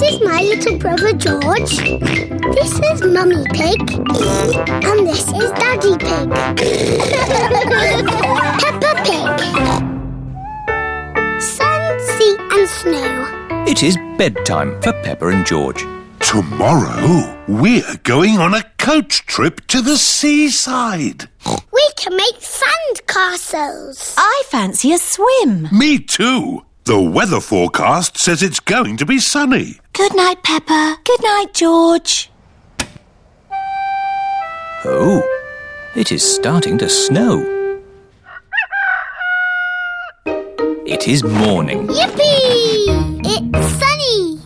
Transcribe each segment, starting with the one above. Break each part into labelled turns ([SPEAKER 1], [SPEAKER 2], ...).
[SPEAKER 1] little brother George. This is Mummy Pig. And this is Daddy Pig. Peppa Pig. Sun, sea, and snow.
[SPEAKER 2] It is bedtime for Pepper and George.
[SPEAKER 3] Tomorrow, we're going on a coach trip to the seaside.
[SPEAKER 1] We can make sand castles.
[SPEAKER 4] I fancy a swim.
[SPEAKER 3] Me too. The weather forecast says it's going to be sunny.
[SPEAKER 4] Good night, Pepper. Good night, George.
[SPEAKER 2] Oh, it is starting to snow. It is morning.
[SPEAKER 1] Yippee! It's sunny.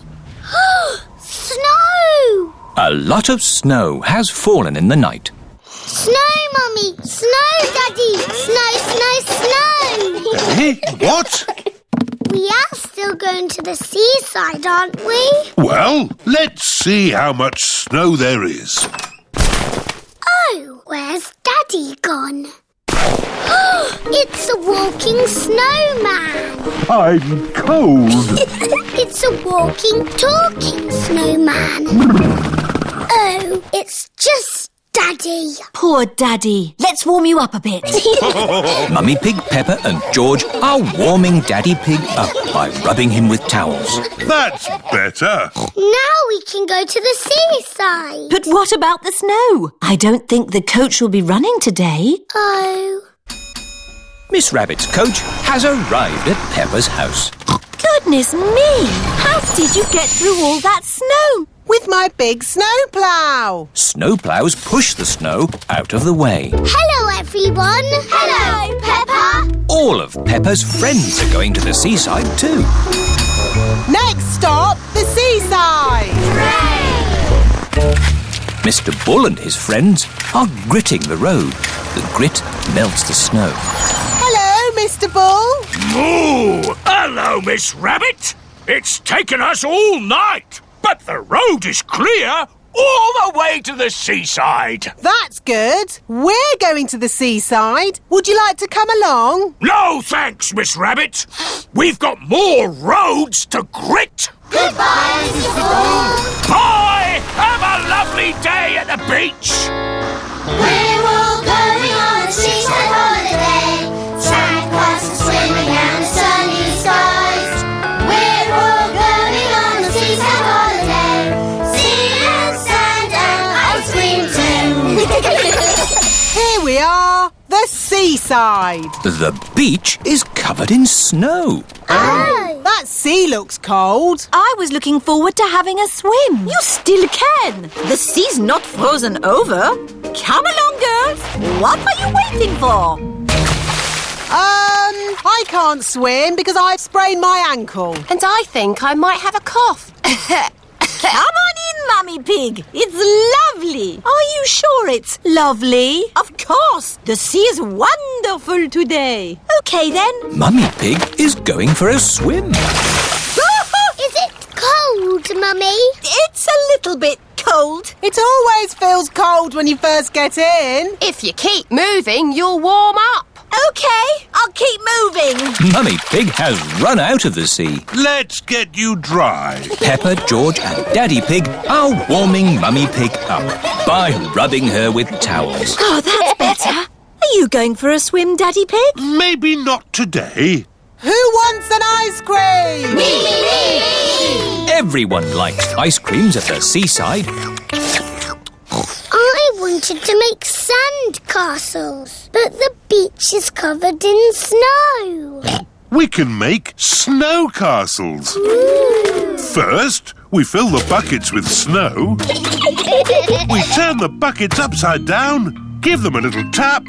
[SPEAKER 1] snow!
[SPEAKER 2] A lot of snow has fallen in the night.
[SPEAKER 1] Snow, Mummy! Snow, Daddy! Snow, snow, snow!
[SPEAKER 3] Eh? What?
[SPEAKER 1] we are still going to the seaside, aren't we?
[SPEAKER 3] Well, let's see how much snow there is.
[SPEAKER 1] Oh, where's Daddy gone? it's a walking snowman!
[SPEAKER 3] I'm cold.
[SPEAKER 1] it's a walking, talking snowman! oh, it's just Daddy!
[SPEAKER 4] Poor Daddy. Let's warm you up a bit.
[SPEAKER 2] Mummy Pig, Pepper, and George are warming Daddy Pig up by rubbing him with towels.
[SPEAKER 3] That's better.
[SPEAKER 1] Now we can go to the seaside!
[SPEAKER 4] but what about the snow? I don't think the coach will be running today.
[SPEAKER 1] Oh,
[SPEAKER 2] Miss Rabbit's coach has arrived at Pepper's house.
[SPEAKER 4] Goodness me! How did you get through all that snow?
[SPEAKER 5] with my big snowplow.
[SPEAKER 2] Snowplows push the snow out of the way.
[SPEAKER 1] hello everyone! Hello, Peppa!
[SPEAKER 2] All of Pepper's friends are going to the seaside too.
[SPEAKER 5] Next stop, the seaside.
[SPEAKER 2] Mr. Bull and his friends are gritting the road. The grit melts the snow.
[SPEAKER 5] Hello, Mr. Bull.
[SPEAKER 6] Moo! Hello, Miss Rabbit! It's taken us all night, but the road is clear all the way to the seaside.
[SPEAKER 5] That's good. We're going to the seaside. Would you like to come along?
[SPEAKER 6] No thanks, Miss Rabbit. We've got more roads to grit. Goodbye, Mr. Bye! Have a lovely day at the beach.
[SPEAKER 7] We're all going on a seaside holiday. Sand castles swimming and the sunny skies. We're all going on a seaside holiday. Sea and sand and ice cream too.
[SPEAKER 5] Here we are, the seaside.
[SPEAKER 2] The beach is covered in snow.
[SPEAKER 1] Oh!
[SPEAKER 5] That sea looks cold.
[SPEAKER 4] I was looking forward to having a swim. You still can. The sea's not frozen over. Come along, girls. What are you waiting for?
[SPEAKER 5] Um, I can't swim because I've sprained my ankle.
[SPEAKER 8] And I think I might have a cough.
[SPEAKER 4] Come on in, Mummy Pig. It's lovely. Are you sure it's lovely? Of course. The sea is wonderful today. Okay, then.
[SPEAKER 2] Mummy Pig is going for a swim.
[SPEAKER 1] Is it cold, Mummy?
[SPEAKER 4] It's a little bit cold.
[SPEAKER 5] It always feels cold when you first get in.
[SPEAKER 8] If you keep moving, you'll warm up.
[SPEAKER 4] Okay, I'll keep moving.
[SPEAKER 2] Mummy Pig has run out of the sea.
[SPEAKER 3] Let's get you dry.
[SPEAKER 2] Pepper, George, and Daddy Pig are warming Mummy Pig up by rubbing her with towels.
[SPEAKER 4] Oh, that's better. Are you going for a swim, Daddy Pig?
[SPEAKER 3] Maybe not today.
[SPEAKER 5] Who wants an ice cream?
[SPEAKER 2] Everyone likes ice creams at the seaside.
[SPEAKER 1] I wanted to make sand castles, but the beach is covered in snow.
[SPEAKER 3] We can make snow castles. First, we fill the buckets with snow. We turn the buckets upside down, give them a little tap,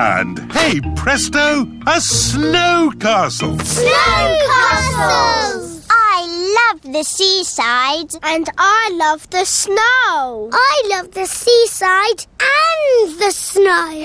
[SPEAKER 3] and hey presto, a snow castle.
[SPEAKER 1] Snow castles!
[SPEAKER 7] I love the seaside.
[SPEAKER 1] And I love the snow. I love the seaside and the snow.